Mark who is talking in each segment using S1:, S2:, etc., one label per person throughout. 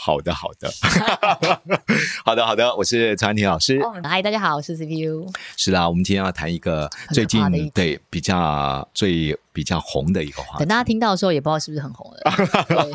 S1: 好的，好的， 好的，好的，我是曹安婷老师。
S2: 哦嗨，大家好，我是 CPU。
S1: 是啦，我们今天要谈一个
S2: 很
S1: 最
S2: 可
S1: 近
S2: 怕的一个
S1: 对比较最比较红的一个话
S2: 等
S1: 题。
S2: 大家听到的时候，也不知道是不是很红 了。对，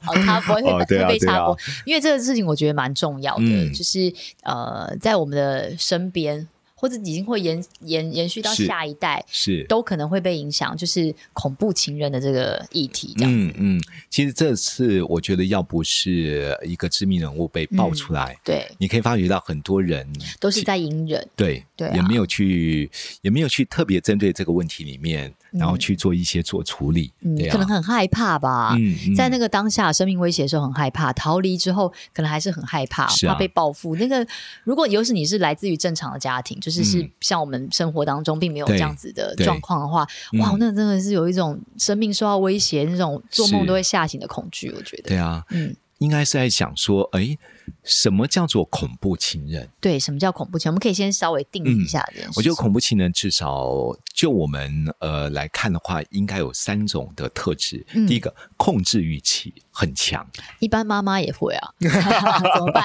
S2: 好插播
S1: 哦
S2: 会
S1: 对 啊
S2: 会被插播
S1: 对，
S2: 因为这个事情我觉得蛮重要的，
S1: 嗯
S2: 就是呃，在我们的身边，或者已经会延延延续到
S1: 是
S2: 下一代，
S1: 是，
S2: 都可能会被影响，就是恐怖情人的这个议题，这样
S1: 嗯嗯，其实这次我觉得要不是一个致命人物被爆出来，
S2: 对，
S1: 你可以发觉到很多人
S2: 都是在隐忍。
S1: 对
S2: 对啊
S1: 也没有去也没有去特别针对这个问题里面，然后去做一些做处理，
S2: 嗯
S1: 对，啊，
S2: 可能很害怕吧。
S1: 嗯嗯
S2: 在那个当下，生命威胁的时候很害怕，逃离之后可能还是很害怕，
S1: 是啊
S2: 怕被报复。那个，如果尤其你是来自于正常的家庭，就是是
S1: 嗯
S2: 像我们生活当中并没有
S1: 对
S2: 这样子的
S1: 对
S2: 状况的话，
S1: 嗯
S2: 哇，那真的是有一种生命受到威胁，那种做梦
S1: 是
S2: 都会吓醒的恐惧。我觉得，
S1: 对啊，
S2: 嗯，
S1: 应该是在想说，哎，什么叫做恐怖情人？
S2: 对，什么叫恐怖情人？我们可以先稍微定义一下这件事情。
S1: 嗯我觉得恐怖情人至少就我们呃来看的话，应该有三种的特质。
S2: 嗯
S1: 第一个，控制欲期很强，
S2: 一般妈妈也会啊， 怎么 办？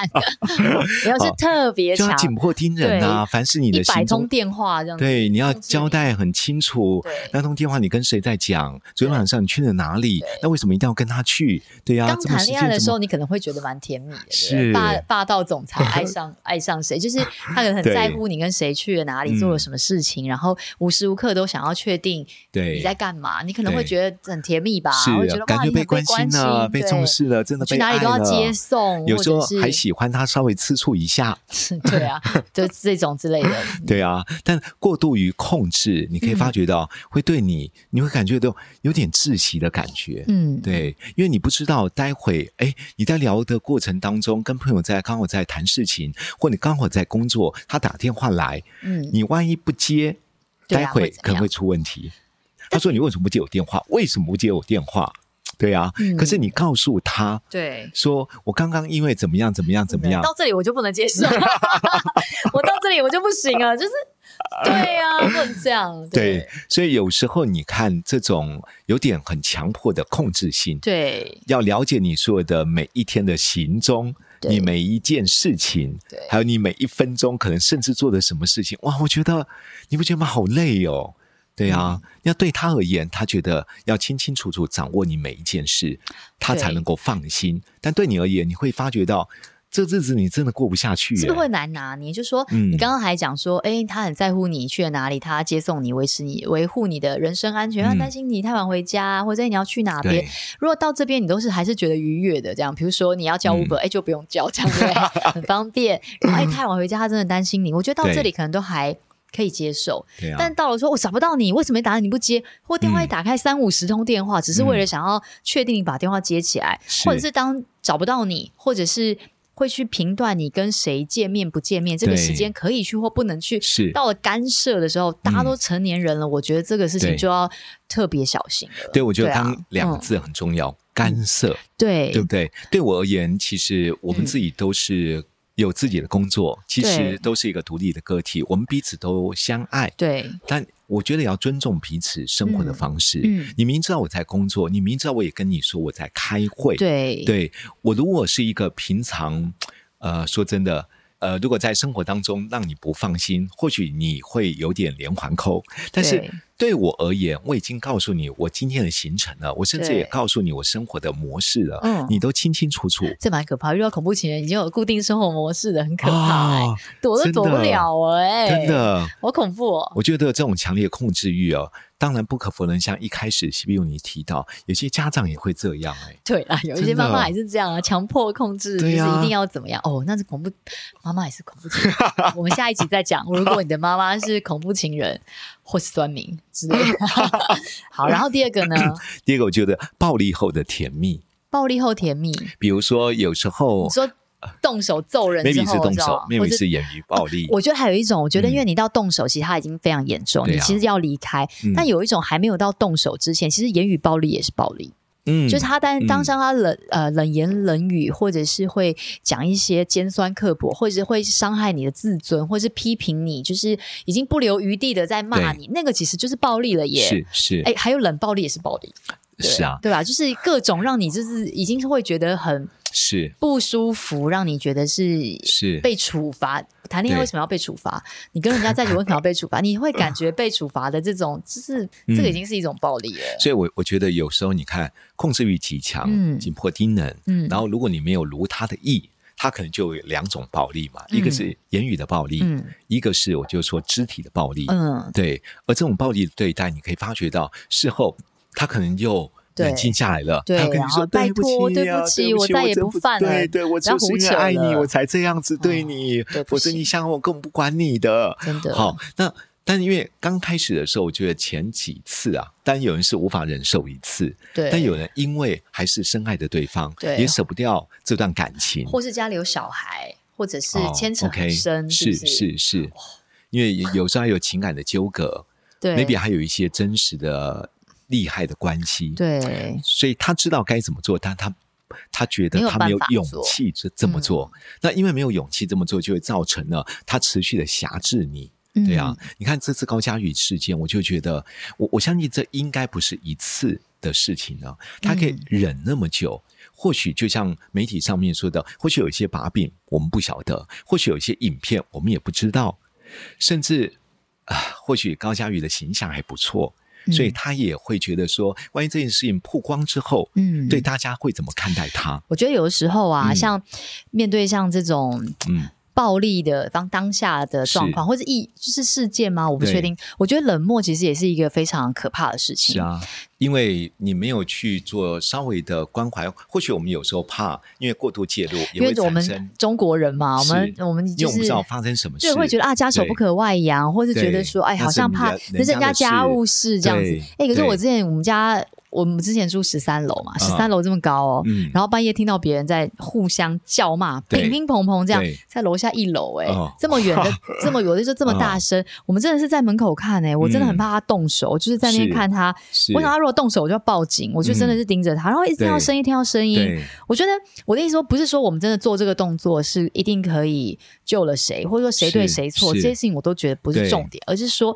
S2: 没有是特别
S1: 哦就要
S2: 强，
S1: 紧迫盯人啊，
S2: 对
S1: 凡是你
S2: 一
S1: 的
S2: 百
S1: 心
S2: 通
S1: 中，
S2: 电话这样子。
S1: 对，你要
S2: 控制欲
S1: 交代很清楚
S2: 对。
S1: 那通电话你跟谁在讲？昨天晚上你去了哪里？那为什么一定要跟他去？对呀、啊，
S2: 刚
S1: 怎么
S2: 谈
S1: 时
S2: 恋
S1: 间
S2: 爱的时
S1: 怎
S2: 候，
S1: 么？
S2: 你可能会觉得蛮甜蜜的，对不
S1: 是
S2: 对霸霸道总裁爱上爱上谁，就是他可能很
S1: 对
S2: 在乎你跟谁去了哪里，
S1: 嗯
S2: 做了什么事情，然后无时无刻都想要确定
S1: 对
S2: 你在干嘛，你可能
S1: 对
S2: 会觉得很甜蜜吧，
S1: 是
S2: 会觉
S1: 啊
S2: 得，
S1: 感
S2: 哇，
S1: 觉
S2: 你很
S1: 关
S2: 心
S1: 了，被重，视了，真的
S2: 对去
S1: 被
S2: 哪里
S1: 爱
S2: 都要
S1: 了
S2: 接送，
S1: 有时候
S2: 或者是
S1: 还喜欢他，稍微吃醋一下，
S2: 是 对啊，就这种之类 的，
S1: 对啊，但过度于控制，你可以
S2: 嗯
S1: 发觉到会对你，你会感觉到有点窒息的感觉。
S2: 嗯，
S1: 对，因为你不知道待会，哎，你在聊的过程当中，跟朋友在刚好在谈事情，或你刚好在工作，他打电话来，
S2: 嗯，
S1: 你万一不接，
S2: 对
S1: 待
S2: 啊
S1: 会
S2: 会怎么
S1: 可能
S2: 样
S1: 会出问题。他说：“你为什么不接我电话？为什么不接我电话？”对啊，
S2: 嗯
S1: 可是你告诉他
S2: 对。
S1: 说：“我刚刚因为怎么样怎么样怎么样。
S2: 到这里我就不能接 受，我到这里我就不行了，就是对啊，不能这样，
S1: 对，所以有时候你看这种有点很强迫的控制性，
S2: 对，
S1: 要了解你所有的每一天的行踪，
S2: 对
S1: 你每一件事情
S2: 对，
S1: 还有你每一分钟可能甚至做的什么事情，哇，我觉得你不觉得吗？好累哦。对啊，
S2: 嗯
S1: 要对他而言，他觉得要清清楚楚掌握你每一件事，他才
S2: 对
S1: 能够放心。但对你而言，你会发觉到这日子你真的过不下去耶，
S2: 是不是会难拿捏？就说
S1: 嗯
S2: 你刚刚还讲说，哎、他很在乎你去了哪里，他接送你，维持你维护你的人身安全，他
S1: 嗯
S2: 担心你太晚回家，或者哎你要去哪边
S1: 对。
S2: 如果到这边你都是还是觉得愉悦的，这样，比如说你要叫
S1: 嗯
S2: Uber，哎、就不用叫，这样对不对，很 方便。然 后哎、太晚回家，他真的担心你。我觉得到
S1: 对
S2: 这里可能都还。可以接受，
S1: 对啊，
S2: 但到了说我找不到你，为什么打来你不接？或电话一
S1: 嗯
S2: 打开三五十通电话，只是为了想要确定你把电话接起来，
S1: 是
S2: 或者是当找不到你，或者是会去评断你跟谁见面不见面，这个
S1: 对
S2: 时间可以去或不能去。
S1: 是嗯
S2: 到了干涉的时候，大家都成年人了，我觉得这个事情
S1: 对
S2: 就要特别小心了。
S1: 对我觉得
S2: 啊
S1: 刚两个
S2: 嗯
S1: 字很重要，干涉。
S2: 对
S1: 对不对？对我而言，其实我们
S2: 嗯
S1: 自己都是有自己的工作，其
S2: 对
S1: 实都是一个独立的个体，我们彼此都相爱，
S2: 对
S1: 但我觉得也要尊重彼此生活的方式。
S2: 嗯嗯
S1: 你明知道我在工作，你明知道我也跟你说我在开会，
S2: 对
S1: 对我如果是一个平常，呃，说真的。呃，如果在生活当中让你不放心，或许你会有点连环扣。但是
S2: 对
S1: 对我而言，我已经告诉你我今天的行程了，我甚至
S2: 对
S1: 也告诉你我生活的模式了，
S2: 嗯
S1: 你都清清楚楚。
S2: 这蛮可怕。遇到恐怖情人已经有固定生活模式的， 很可怕、哎
S1: 啊，
S2: 躲都
S1: 真的
S2: 躲不了哎、
S1: 真，的，
S2: 好恐怖哦。
S1: 我觉得这种强烈的控制欲哦，当然不可否认，像一开始 CPU 你提到，有些家长也会这样哎、
S2: 对啦，有一些
S1: 真的哦
S2: 妈妈还是这样啊，强迫控制，
S1: 对
S2: 就是
S1: 啊
S2: 一定要怎么样。哦，那是恐怖，妈妈也是恐怖情人。我们下一集再讲，如果你的妈妈是恐怖情人或是酸民之类的。 好，然后第二个呢，
S1: 第二个，我觉得暴力后的甜蜜，
S2: 暴力后甜蜜，
S1: 比如说有时候
S2: 你说动手揍人之
S1: ，maybe
S2: 后，
S1: 是
S2: 我
S1: 动
S2: 知道
S1: 手
S2: 吗我
S1: ，maybe
S2: 就是
S1: 言语暴力。
S2: 哦我觉得还有一种，我觉得
S1: 嗯
S2: 因为你到动手，其实他已经非常严重，
S1: 对啊
S2: 你其实要离开。
S1: 嗯
S2: 但有一种还没有到动手之前，其实言语暴力也是暴力，
S1: 嗯
S2: 就是他当
S1: 嗯
S2: 当上他冷、呃冷言冷语，或者是会讲一些尖酸刻薄，或者是会伤害你的自尊，或者是批评你，就是已经不留余地的在骂
S1: 对
S2: 你，那个其实就是暴力了耶。
S1: 是是
S2: 哎，还有冷暴力也是暴力，对
S1: 是啊
S2: 对吧？就是各种让你就是已经是会觉得很
S1: 是
S2: 不舒服，让你觉得是
S1: 是
S2: 被处罚。谈恋爱
S1: 对
S2: 为什么要被处罚？你跟人家在一起为什么要被处罚？你会感觉被处罚的这种，就是这个已
S1: 嗯
S2: 经是一种暴力了。
S1: 所以我，我觉得有时候你看控制欲极强，
S2: 嗯
S1: 紧迫低能，
S2: 嗯
S1: 然后如果你没有如他的意，他可能就有两种暴力嘛，
S2: 嗯
S1: 一个是言语的暴力，
S2: 嗯
S1: 一个是我就说肢体的暴力，
S2: 嗯，
S1: 对。而这种暴力的对待，你可以发觉到事后他可能又
S2: 对
S1: 冷静下来了，
S2: 对
S1: 他跟
S2: 然
S1: 你
S2: 后
S1: 说
S2: 拜
S1: 不
S2: 托
S1: 起
S2: 对
S1: 啊
S2: 不起
S1: 对不
S2: 我再也
S1: 真
S2: 不犯了
S1: 对对，我
S2: 不要
S1: 就是
S2: 胡
S1: 因为
S2: 扯
S1: 爱你
S2: 了
S1: 我才这样子对
S2: 嗯
S1: 你
S2: 对，不
S1: 否则
S2: 起
S1: 你想我根本不管你的，
S2: 真的
S1: 好，那但因为刚开始的时候，我觉得前几次啊，当然有人是无法忍受一次，
S2: 对
S1: 但有人因为还是深爱着对方，
S2: 对
S1: 也舍不掉这段感情，
S2: 或是家里有小孩，或者是
S1: 哦
S2: 牵扯很
S1: OK，
S2: 深，
S1: 是
S2: 是不
S1: 是是，因为有时候还有情感的纠葛
S2: 对
S1: ，maybe 还有一些真实的厉害的关系，，
S2: 对，
S1: 所以他知道该怎么做，但他。他觉
S2: 没
S1: 得
S2: 有
S1: 他没有
S2: 办法
S1: 勇
S2: 做
S1: 气这这么
S2: 嗯
S1: 做，那因为没有勇气这么做，就会造成了他持续的辖制你，
S2: 嗯
S1: 对啊，你看这次高佳宇事件，我就觉得，我我相信这应该不是一次的事情呢、他可以忍那么久，
S2: 嗯
S1: 或许就像媒体上面说的，或许有一些把柄我们不晓得，或许有一些影片我们也不知道，甚至啊，或许高佳宇的形象还不错，
S2: 嗯，
S1: 所以他也会觉得说，万一这件事情曝光之后，
S2: 嗯
S1: 对。大家会怎么看待他？
S2: 我觉得有的时候啊，
S1: 嗯
S2: 像面对像这种
S1: 嗯，
S2: 暴力的当当下的状况，
S1: 是
S2: 或者一就是事件吗？我不确
S1: 对
S2: 定。我觉得冷漠其实也是一个非常可怕的事情。
S1: 是，啊，因为你没有去做稍微的关怀，或许我们有时候怕，因为过度介入也
S2: 因为
S1: 会
S2: 我
S1: 产
S2: 们
S1: 生，
S2: 中国人嘛，我们
S1: 是
S2: 我们
S1: 因为
S2: 就
S1: 我们不
S2: 是
S1: 知道发生什么事，
S2: 对会觉得啊，家丑不可外扬，或是觉得
S1: 对
S2: 说，哎，
S1: 那
S2: 好像
S1: 是人
S2: 怕
S1: 家
S2: 那是人
S1: 人家
S2: 家
S1: 的
S2: 家
S1: 事
S2: 务事这样子
S1: 对。
S2: 哎，可是
S1: 对
S2: 我之前我们家我们之前住十三楼嘛，十三
S1: 嗯
S2: 楼这么高哦，
S1: 嗯
S2: 然后半夜听到别人在互相叫骂，
S1: 对
S2: 乒乒乓乓这样
S1: 对，
S2: 在楼下一楼，哎
S1: 哦，
S2: 这么远 的，这么有的时候这么大
S1: 嗯
S2: 声，我们真的是在门口看，哎，我真的很
S1: 嗯
S2: 怕他动手，就是在那边
S1: 是
S2: 看他，
S1: 是
S2: 我想他如果动手，我就要报警，我就真的
S1: 嗯
S2: 是盯着他，然后一直听到
S1: 对
S2: 声音，听到声音，
S1: 对
S2: 我觉得我的意思说，不是说我们真的做这个动作是一定可以救了谁，或者说谁对谁错，
S1: 是
S2: 这些
S1: 是
S2: 事情我都觉得不是
S1: 对
S2: 重点，而是说。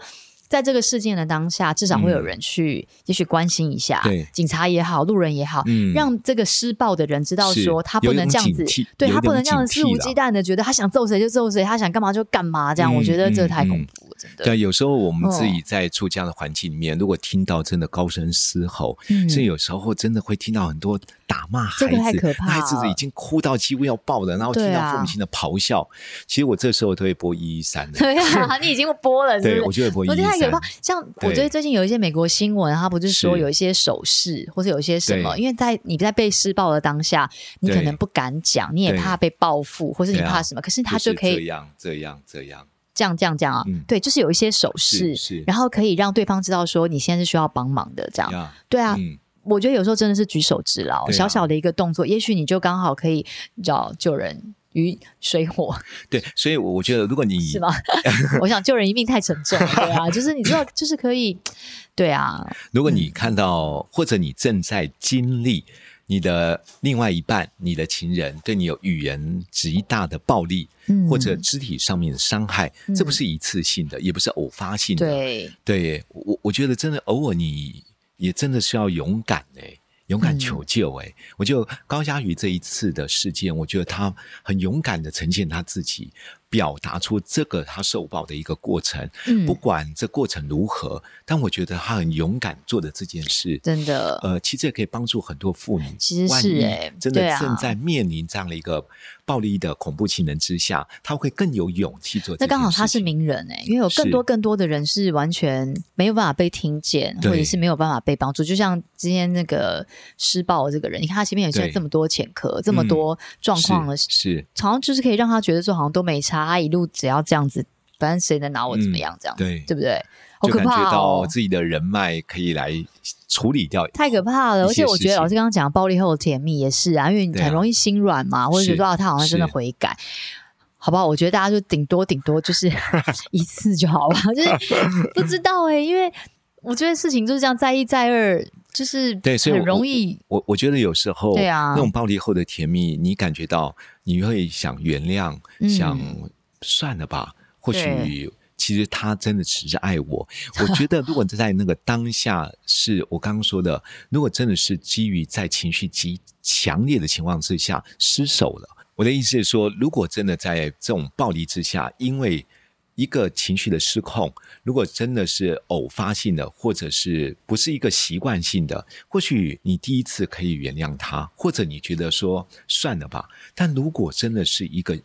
S2: 在这个事件的当下，至少会有人去，也许关心一下
S1: 嗯对，
S2: 警察也好，路人也好，
S1: 嗯
S2: 让这个施暴的人知道
S1: 是
S2: 说他不
S1: 有一
S2: 能
S1: 种
S2: 这样
S1: 警
S2: 子
S1: 惕，
S2: 对
S1: 有一
S2: 他不
S1: 种
S2: 能这样
S1: 警
S2: 肆无
S1: 惕啦
S2: 忌惮的觉得他想揍谁就揍谁，他想干嘛就干嘛，这样、
S1: 嗯
S2: 我觉得这
S1: 嗯
S2: 太恐
S1: 嗯
S2: 怖，真的。
S1: 对，有时候我们自
S2: 哦
S1: 己在住家的环境里面，如果听到真的高声嘶吼，
S2: 嗯
S1: 所以有时候真的会听到很多打骂孩
S2: 这
S1: 子，
S2: 个太可怕
S1: 那孩子
S2: 了
S1: 已经哭到几乎要爆了，然后
S2: 对
S1: 听到
S2: 啊
S1: 父母亲的咆哮。其实我这时候都会拨一一三 的，
S2: 对啊，你已经播了，是不是
S1: 对我就会拨一
S2: 我觉
S1: 一
S2: 得太可
S1: 三
S2: 怕。。像我
S1: 对
S2: 觉得最近有一些美国新闻，它不是说
S1: 是
S2: 有一些手势，或者有一些什么，
S1: 对
S2: 因为在你在被施暴的当下，你可
S1: 对
S2: 能不敢讲，你也
S1: 对
S2: 怕被报复，或是你
S1: 对啊
S2: 怕什么，可是他就
S1: 就
S2: 是可
S1: 这
S2: 以
S1: 样这样这样，
S2: 这样这样这样啊
S1: 嗯，
S2: 对，就是有一些手势
S1: 是是，
S2: 然后可以让对方知道说你现在是需要帮忙的，这样。
S1: 呀
S2: 对啊，
S1: 嗯，
S2: 我觉得有时候真的是举手之劳，
S1: 对啊
S2: 小小的一个动作，也许你就刚好可以找救人于水 火。
S1: 对，所以我我觉得如果你
S2: 是吗？我想救人一命太沉重，对 啊，就是你知道，就是可以，对啊，
S1: 如果你看到或者你正在经历你的另外一半、你的情人对你有语言极大的暴力，
S2: 嗯
S1: 或者肢体上面的伤害，
S2: 嗯
S1: 这不是一次性的，也不是偶发性的。，
S2: 对，
S1: 对我我觉得真的偶尔你也真的是要勇敢哎、勇
S2: 嗯
S1: 敢求救哎、我就高佳瑜这一次的事件，我觉得他很勇敢的呈现他自己，表达出这个他受暴的一个过程。
S2: 嗯
S1: 不管这过程如何，但我觉得他很勇敢做的这件事。
S2: 真的，
S1: 呃，其实也可以帮助很多妇女，
S2: 其实是
S1: 万一
S2: 欸
S1: 真
S2: 对
S1: 的
S2: 啊
S1: 正在面临这样的一个暴力的恐怖情人之下，她会更有勇气做这
S2: 那
S1: 件事情。
S2: 刚好他是名人哎、因为有更
S1: 是
S2: 多更多的人是完全没有办法被听见，或
S1: 对
S2: 者是没有办法被帮助。就像今天那个施暴这个人，你看他前面有现在
S1: 对嗯
S2: 这么多前科，这么多状况的
S1: 是是
S2: 啊好像就是可以让他觉得说好像都没差，他一路只要这样子反正谁能拿我怎么样这样子，
S1: 嗯对
S2: 对不对？好
S1: 就
S2: 可
S1: 感觉
S2: 怕
S1: 到
S2: 哦，
S1: 自己的人脉可以来处理掉，
S2: 太可怕了。
S1: 一
S2: 而
S1: 些
S2: 且我
S1: 事
S2: 觉得老师
S1: 情
S2: 刚刚讲暴力后的甜蜜也是啊，因为你
S1: 对啊
S2: 很容易心软嘛，或者觉
S1: 是
S2: 得啊，他好像真的
S1: 是
S2: 悔改。好不好？我觉得大家就顶多顶多就是 一次 就好了，就是不知道哎、因为我觉得事情就是这样，再一再二，就是
S1: 对所以
S2: 很
S1: 我
S2: 容易
S1: 我我觉得有时候
S2: 对啊
S1: 那种暴力后的甜蜜，你感觉到你会想原谅，
S2: 嗯
S1: 想算了吧，或许
S2: 对。
S1: 其实他真的只是爱我。我觉得，如果在那个当下，是我刚刚说的，如果真的是基于在情绪极强烈的情况之下失手了，我的意思是说，如果真的在这种暴力之下，因为一个情绪的失控，如果真的是偶发性的，或者是不是一个习惯性的，或许你第一次可以原谅他，或者你觉得说算了吧。但如果真的是一个，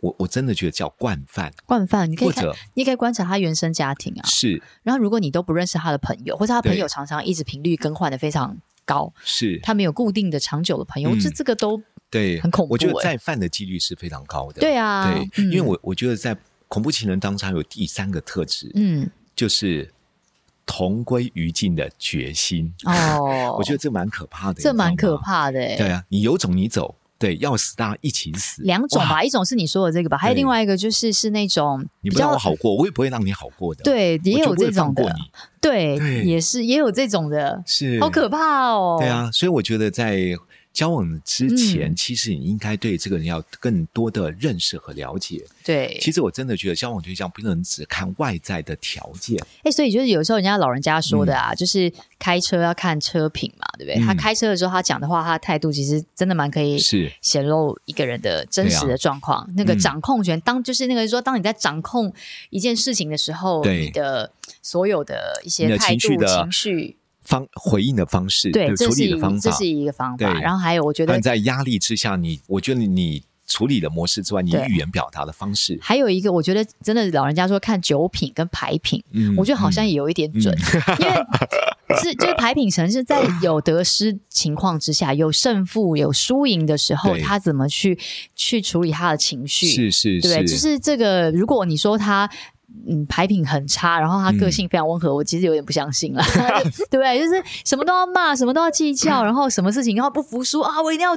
S1: 我我真的觉得叫惯犯，
S2: 惯犯。你可以
S1: 或
S2: 看啊
S1: 者，
S2: 你也可以观察他原生家庭啊。
S1: 是
S2: 然后，如果你都不认识他的朋友，或者他朋友
S1: 对
S2: 常常一直频率更换的非常高，
S1: 是，
S2: 他没有固定的长久的朋友，
S1: 嗯
S2: 这这个都
S1: 对，
S2: 很恐怖
S1: 我觉得
S2: 欸
S1: 再犯的几率是非常高的。
S2: 对啊，
S1: 对，因为我我觉得在恐怖情人当中有第三个特质，
S2: 嗯
S1: 就是同归于尽的决心。，
S2: 嗯哦
S1: 我觉得这蛮可怕的，
S2: 这蛮
S1: 你知道
S2: 可
S1: 吗。
S2: 怕的哎。
S1: 对啊，你有种你走，对，要死大家一起死。
S2: 两种
S1: 哇，
S2: 吧，一种是你说的这个吧，还有
S1: 对
S2: 另外一个就是是那种
S1: 你
S2: 比
S1: 不让
S2: 较
S1: 我好过，我也不会让你好过的。，
S2: 对，也有这种
S1: 过
S2: 的，
S1: 你
S2: 对，
S1: 对
S2: 也是也有这种的，
S1: 是
S2: 好可怕哦。
S1: 对，啊，所以我觉得在交往之前，
S2: 嗯
S1: 其实你应该对这个人要更多的认识和了解。
S2: 对，
S1: 其实我真的觉得交往对象不能只看外在的条件，
S2: 哎、所以就是有时候人家老人家说的啊，就是开车要看车品嘛，对不对？
S1: 嗯
S2: 他开车的时候，他讲的话，他的态度其实真的蛮可以
S1: 是
S2: 显露一个人的真
S1: 啊
S2: 实的状况。那
S1: 嗯
S2: 个掌控权，当就是那个说，当你在掌控一件事情的时候，
S1: 对
S2: 你的所有的一
S1: 你
S2: 些
S1: 的
S2: 态
S1: 情
S2: 度、
S1: 绪的
S2: 情绪，
S1: 方回应的方式，
S2: 对，
S1: 有
S2: 这
S1: 处
S2: 是
S1: 理
S2: 一
S1: 的方法
S2: 这。是一个方法。
S1: 对
S2: 然后还有，我觉得
S1: 但在压力之下，你我觉得你处理的模式之外，你
S2: 对
S1: 语言表达的方式，
S2: 还有一个，我觉得真的老人家说看酒品跟牌品，
S1: 嗯
S2: 我觉得好像
S1: 嗯
S2: 也有一点准，因为是就是牌品城是在有得失情况之下，有胜负有输赢的时候，
S1: 对
S2: 他怎么去去处理他的情绪，
S1: 是嗯是
S2: 对不对，就是这个。如果你说他。嗯，牌品很差，然后他
S1: 嗯
S2: 个性非常温和，我其实有点不相信 了，对不对？就是什么都要骂，什么都要计较，然后什么事情然后不服输啊，我一定要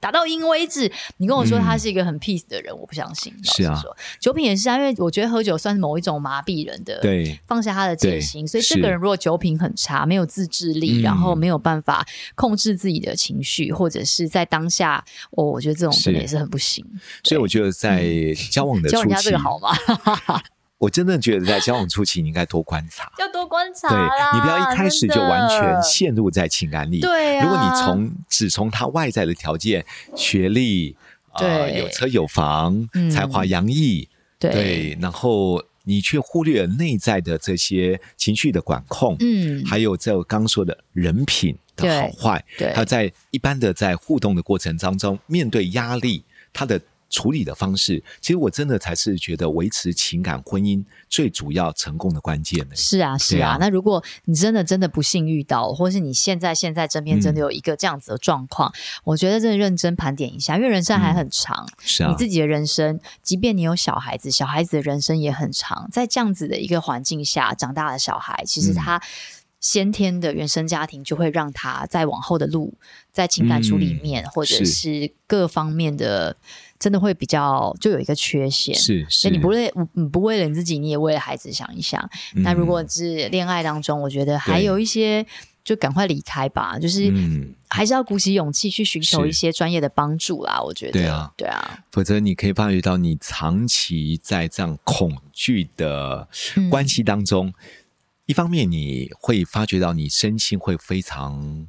S2: 打到赢为止。你跟我说
S1: 嗯
S2: 他是一个很 peace 的人，我不相信。老实
S1: 是啊
S2: 说，酒品也是啊，因为我觉得喝酒算是某一种麻痹人的，
S1: 对
S2: 放下他的戒心。
S1: 对
S2: 所以这个
S1: 是
S2: 人如果酒品很差，没有自制力，
S1: 嗯
S2: 然后没有办法控制自己的情绪，或者是在当下，哦，我觉得这种真的
S1: 是
S2: 也是很不行。
S1: 所以我觉得在交往的
S2: 教
S1: 初
S2: 嗯人家这
S1: 期
S2: 个，好吗？
S1: 我真的觉得在交往初期，你应该多观 察。
S2: 要多观察
S1: 对
S2: 啦，
S1: 你不要一开始就完
S2: 真的
S1: 全陷入在情感里。
S2: 对啊。
S1: 如果你从只从他外在的条件、学历、呃、
S2: 对
S1: 有车有房、
S2: 嗯
S1: 才华洋溢，
S2: 对
S1: 对，然后你却忽略了内在的这些情绪的管控，
S2: 嗯
S1: 还有这我刚说的人品的好坏，
S2: 对对
S1: 还有在一般的在互动的过程当中，面对压力，他的。处理的方式，其实我真的才是觉得维持情感婚姻最主要成功的关键呢。
S2: 是啊，是
S1: 对
S2: 啊
S1: 啊。
S2: 那如果你真的真的不幸遇到，或是你现在现在身边
S1: 嗯
S2: 真的有一个这样子的状况，我觉得真的认真盘点一下，因为人生
S1: 嗯
S2: 还很长，
S1: 是啊，
S2: 你自己的人生，即便你有小孩子，小孩子的人生也很长。在这样子的一个环境下长大的小孩，其实他
S1: 嗯
S2: 先天的原生家庭就会让他在往后的路，在情感处理
S1: 嗯
S2: 面、或者
S1: 是
S2: 是各方面的，真的会比较就有一个缺陷。
S1: 是
S2: 所
S1: 是，
S2: 以你不为你不为了你自己，你也为了孩子想一想。
S1: 嗯
S2: 那如果是恋爱当中，我觉得还
S1: 对
S2: 有一些，就赶快离开吧。就是
S1: 嗯，
S2: 还是要鼓起勇气去寻求
S1: 是
S2: 一些专业的帮助啦。我觉得，
S1: 对啊，
S2: 对啊，
S1: 否则你可以发觉到你长期在这样恐惧的
S2: 嗯
S1: 关系当中，一方面你会发觉到你身心会非常，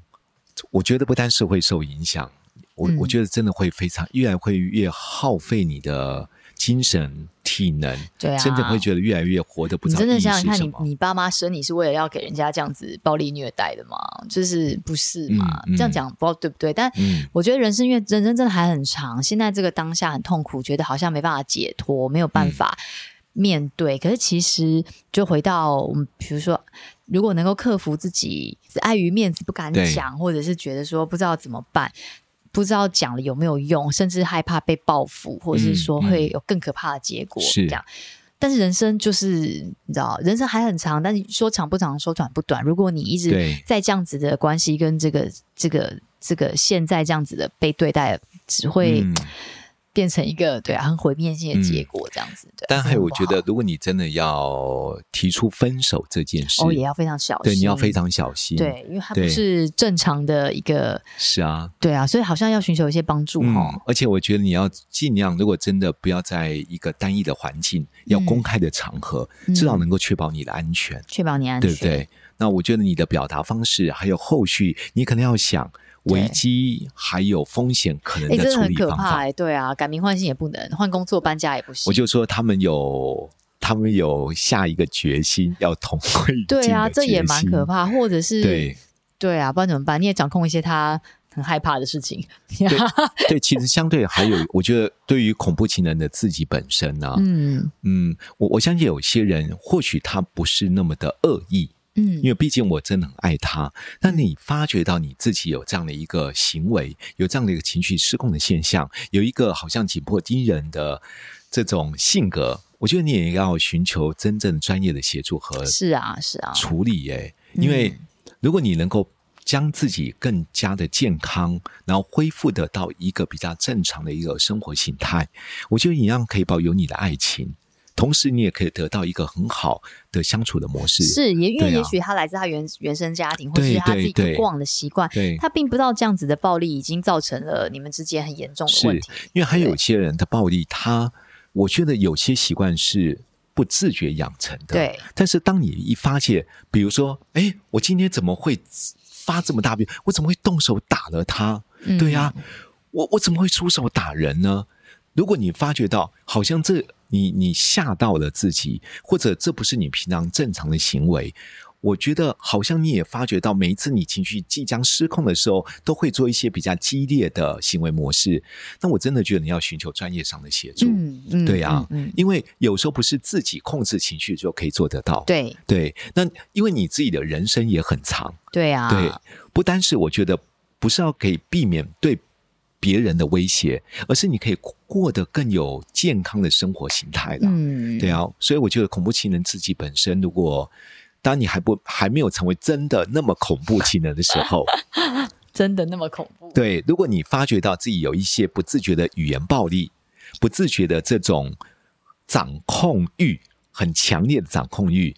S1: 我觉得不单是会受影响，我、
S2: 嗯
S1: 我觉得真的会非常越来会越耗费你的精神体能，
S2: 对啊
S1: 真的会觉得越来越活得不
S2: 你
S1: 知道
S2: 真
S1: 意
S2: 的
S1: 义
S2: 想想
S1: 是
S2: 看
S1: 什
S2: 你，
S1: 么
S2: 你。爸妈生你是为了要给人家这样子暴力虐待的吗？就是不是嘛？
S1: 嗯嗯
S2: 这样讲不知道对不对，但。
S1: 嗯，
S2: 我觉得人生因为人生真的还很长，现在这个当下很痛苦，觉得好像没办法解脱，没有办法
S1: 嗯
S2: 面对。可是其实就回到我们，比如说，如果能够克服自己是碍于面子不敢
S1: 对
S2: 讲，或者是觉得说不知道怎么办。不知道讲了有没有用，甚至害怕被报复，或者是说
S1: 嗯嗯
S2: 会有更可怕的结果，
S1: 是
S2: 这样。但是人生就是你知道，人生还很长，但是说长不长，说短不短。如果你一直
S1: 对
S2: 在这样子的关系跟这个这个这个现在这样子的被对待，只会
S1: 嗯
S2: 变成一个对啊很毁灭性的结果，这样子。对啊
S1: 嗯但还有，我觉，
S2: 这
S1: 得
S2: 样，
S1: 如果你真的要提出分手这件事
S2: 不好，哦，也要非常小心，
S1: 对，你要非常小心。，
S2: 对，因为它不
S1: 对
S2: 是正常的一个
S1: 是啊，
S2: 对啊，所以好像要寻求一些帮助哈、
S1: 嗯，而且我觉得你要尽量，如果真的不要在一个单一的环境，要公开的场合，
S2: 嗯
S1: 至少能够确保你的安全，
S2: 确保你安全，
S1: 对不对？那我觉得你的表达方式，还有后续，你可能要想
S2: 对
S1: 危机还有风险可能
S2: 哎、
S1: 的
S2: 真的
S1: 处
S2: 很
S1: 理
S2: 可
S1: 方
S2: 怕
S1: 法。
S2: 哎、对啊，改名换姓也不能，换工作搬家也不行。
S1: 我就说他们有，他们有下一个决心要同归于尽
S2: 对啊，
S1: 的
S2: 这也
S1: 决
S2: 蛮
S1: 心
S2: 可。怕，或者是
S1: 对，
S2: 对啊，不然怎么办？你也掌控一些他很害怕的事情，
S1: 对，其实相对还有，我觉得对于恐怖情人的自己本身啊呢、
S2: 嗯
S1: 嗯，我我相信有些人或许他不是那么的恶意，
S2: 嗯
S1: 因为毕竟我真的很爱他。那你发觉到你自己有这样的一个行为，有这样的一个情绪失控的现象，有一个好像紧迫盯人的这种性格，我觉得你也要寻求真正专业的协助和
S2: 是啊是啊，
S1: 处理耶、因为
S2: 嗯
S1: 如果你能够将自己更加的健康，然后恢复得到一个比较正常的一个生活形态，我觉得一样可以保有你的爱情，同时你也可以得到一个很好的相处的模式。
S2: 是也因为
S1: 对啊
S2: 也许他来自他原原生家庭，或
S1: 对
S2: 是他自
S1: 对
S2: 己过
S1: 对
S2: 往的习惯，
S1: 对，
S2: 他并不知道这样子的暴力已经造成了你们之间很严重的
S1: 是
S2: 问题。
S1: 因为还有些人的暴力，他我觉得有些习惯是不自觉养成的。
S2: 对，
S1: 但是当你一发现，比如说，哎，我今天怎么会发这么大病？我怎么会动手打了他？
S2: 嗯
S1: 对呀、啊我我怎么会出手打人呢？如果你发觉到好像这你你吓到了自己，或者这不是你平常正常的行为，我觉得好像你也发觉到，每一次你情绪即将失控的时候，都会做一些比较激烈的行为模式。那我真的觉得你要寻求专业上的协助，
S2: 嗯嗯，
S1: 对啊呀、
S2: 嗯，嗯
S1: 因为有时候不是自己控制情绪就可以做得到。
S2: 对
S1: 对，那因为你自己的人生也很长，
S2: 对啊，
S1: 对，不单是我觉得不是要可以避免对别人的威胁，而是你可以过得更有健康的生活形态了。
S2: 嗯，
S1: 对啊，所以我觉得恐怖情人自己本身，如果当你还不还没有成为真的那么恐怖情人的时候，
S2: 真的那么恐怖？
S1: 对，如果你发觉到自己有一些不自觉的语言暴力，不自觉的这种掌控欲很强烈的掌控欲，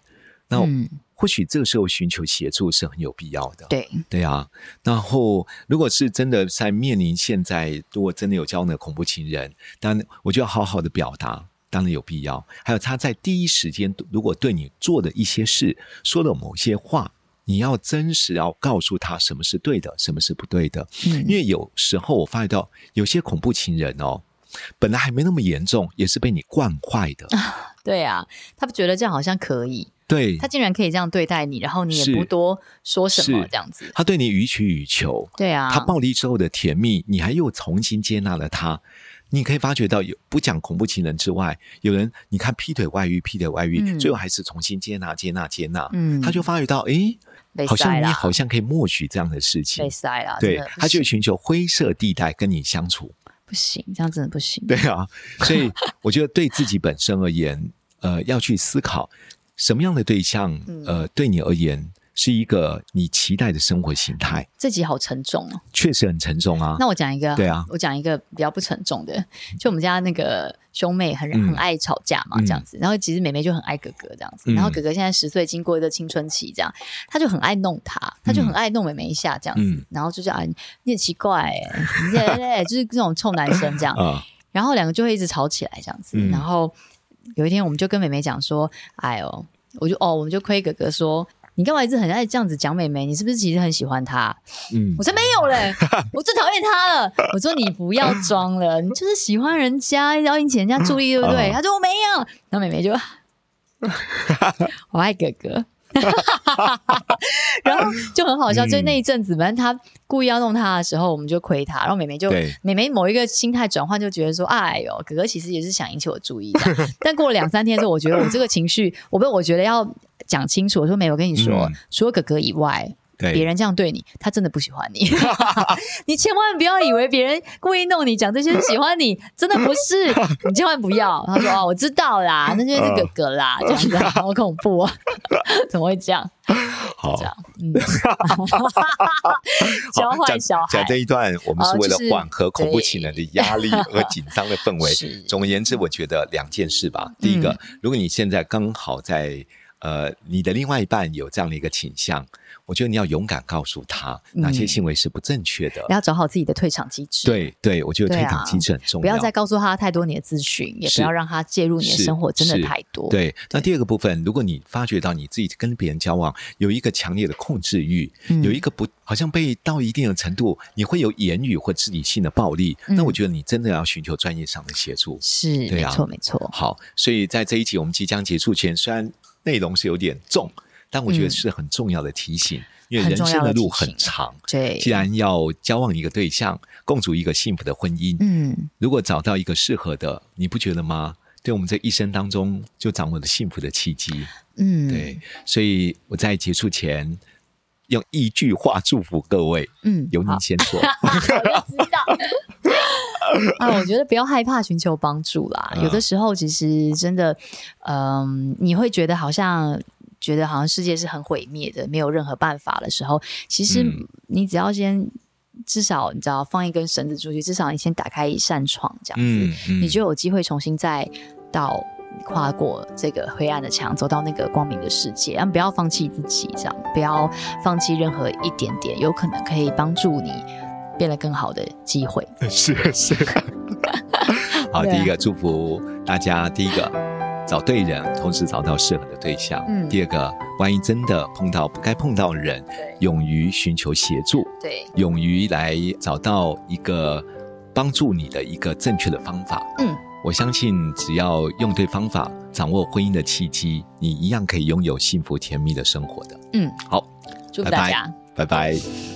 S1: 那
S2: 嗯，
S1: 或许这个时候寻求协助是很有必要的。
S2: 对，
S1: 对啊，然后如果是真的在面临现在，如果真的有交往的恐怖情人，当然我就要好好的表达，当然有必要。还有他在第一时间，如果对你做的一些事，说了某些话，你要真实要告诉他什么是对的，什么是不对的。
S2: 嗯
S1: 因为有时候我发觉到有些恐怖情人哦，本来还没那么严重，也是被你惯坏的。
S2: 对啊，他觉得这样好像可以，
S1: 对
S2: 他，竟然可以这样对待你，然后你也
S1: 是
S2: 不多说什么
S1: 是
S2: 这样子。
S1: 他对你予取予求，
S2: 对啊，
S1: 他暴力之后的甜蜜，你还又重新接纳了他，你可以发觉到有不讲恐怖情人之外，有人你看劈腿外遇，劈腿外遇，
S2: 嗯
S1: 最后还是重新接纳、接纳、接纳，
S2: 嗯
S1: 他就发觉到，诶，
S2: 被
S1: 好像
S2: 塞
S1: 你
S2: 啦，
S1: 好像可以默许这样的事情
S2: 被，塞啦，
S1: 对
S2: 真的，不
S1: 他就
S2: 行
S1: 寻求灰色地带跟你相处，
S2: 不行，这样真的不行。
S1: 对啊，所以我觉得对自己本身而言，呃，要去思考什么样的对象，
S2: 嗯
S1: 呃，对你而言是一个你期待的生活形态，
S2: 这集好沉重哦。
S1: 确实很沉重啊。
S2: 那我讲一个，
S1: 对啊
S2: 我讲一个比较不沉重的，就我们家那个兄妹很、
S1: 嗯
S2: 很爱吵架嘛，
S1: 嗯
S2: 这样子。然后其实妹妹就很爱哥哥这样子，
S1: 嗯
S2: 然后哥哥现在十岁，经过一个青春期，这样他就很爱弄他，他就很爱弄妹妹一下这样子，
S1: 嗯
S2: 然后就叫啊，你你很奇怪、欸，你这 就是这种臭男生这样。
S1: 啊、
S2: 然后两个就会一直吵起来这样子。
S1: 嗯
S2: 然后有一天，我们就跟美美讲说：“哎呦，我就哦，我们就亏哥哥说，你干嘛一直很爱这样子讲美美？你是不是其实很喜欢她？”
S1: 嗯
S2: 我，说：“没有 嘞，我最讨厌她了。”我说：“你不要装 了，你就是喜欢人家，要引起人家注意，对不对？”
S1: 哦
S2: 他说：“我没有。”然后美美就。我爱哥 哥，然后就很好笑。
S1: 嗯
S2: 就那一阵子，反正他故意要弄他的时候，我们就亏他，然后美美就
S1: 对
S2: 美美某一个心态转换，就觉得说，哎呦，哥哥其实也是想引起我注意这样。 但过了两三天之后，我觉得我这个情绪，我不，我觉得要讲清楚。我说，美，我跟你说，
S1: 嗯
S2: 除了哥哥以外，
S1: 对
S2: 别人这样对你，他真的不喜欢你。 你千万不要以为别人故意弄你讲这些是喜欢你，真的不是，你千万不要。他说哦，我知道啦，那就是哥哥啦，这样子好恐怖哦， 怎么会这样？
S1: 嗯好
S2: 这样，嗯，教坏
S1: 讲
S2: 小孩
S1: 讲，这一段，我们是
S2: 哦
S1: 为了
S2: 就是
S1: 缓和恐怖情人的压 力和紧张的氛
S2: 是嗯
S1: 围。总而言之，我觉得两件事吧。第一个，如果你现在刚好在呃你的另外一半有这样的一个倾向，我觉得你要勇敢告诉他哪些
S2: 嗯
S1: 行为是不正确的。
S2: 要找好自己的退场机制。。
S1: 对对，我觉得
S2: 对
S1: 退
S2: 啊
S1: 场机制很重
S2: 不要再告诉他太多你的资讯，也不
S1: 是
S2: 要让他介入你的
S1: 是
S2: 生活，真的
S1: 是
S2: 太多。，
S1: 对，那第二个部分，如果你发觉到你自己跟别人交往有一个强烈的控制欲，
S2: 嗯
S1: 有一个不好像被到一定的程度，你会有言语或肢体性的暴力，那我
S2: 嗯
S1: 觉得你真的要寻求专业上的协助。
S2: 是，
S1: 对
S2: 没
S1: 啊
S2: 错，没错。
S1: 好，所以在这一集我们即将结束前，虽然内容是有点重，但我觉得
S2: 嗯
S1: 是很重要的提醒，因为
S2: 很
S1: 人
S2: 重
S1: 生
S2: 要的
S1: 路
S2: 提
S1: 很
S2: 醒
S1: 长。
S2: 对，
S1: 既然要交往一个对象，共筑一个幸福的婚姻，
S2: 嗯，
S1: 如果找到一个适合的，你不觉得吗？对我们这一生当中，就掌握了幸福的契机。
S2: 嗯，
S1: 对，，所以我在结束前用一句话祝福各位，
S2: 嗯，
S1: 由您
S2: 好
S1: 先说。
S2: 我就知道。 啊，我觉得不要害怕寻求帮助啦。
S1: 啊
S2: 有的时候，其实真的，嗯，你会觉得好像觉得好像世界是很毁灭的，没有任何办法的时候，其实
S1: 嗯
S2: 你只要先至少你知道放一根绳子出去，至少你先打开一扇窗，这样子，
S1: 嗯嗯
S2: 你 就有机会重新再到跨过这个黑暗的墙，走到那个光明的世界。啊但不要放弃自己，这样不要放弃任何一点点有可能可以帮助你变得更好的机会。
S1: 是 是。好，
S2: 对啊
S1: 第一个祝福大家，第一个找对人，同时找到适合的对象。
S2: 嗯
S1: 第二个，万一真的碰到不该碰到的人，勇于寻求协助，
S2: 对，
S1: 勇于来找到一个帮助你的一个正确的方法。
S2: 嗯，
S1: 我相信只要用对方法，掌握婚姻的契机，你一样可以拥有幸福甜蜜的生活的。
S2: 嗯，
S1: 好，
S2: 祝福
S1: 拜
S2: 大
S1: 拜
S2: 家。
S1: 拜拜。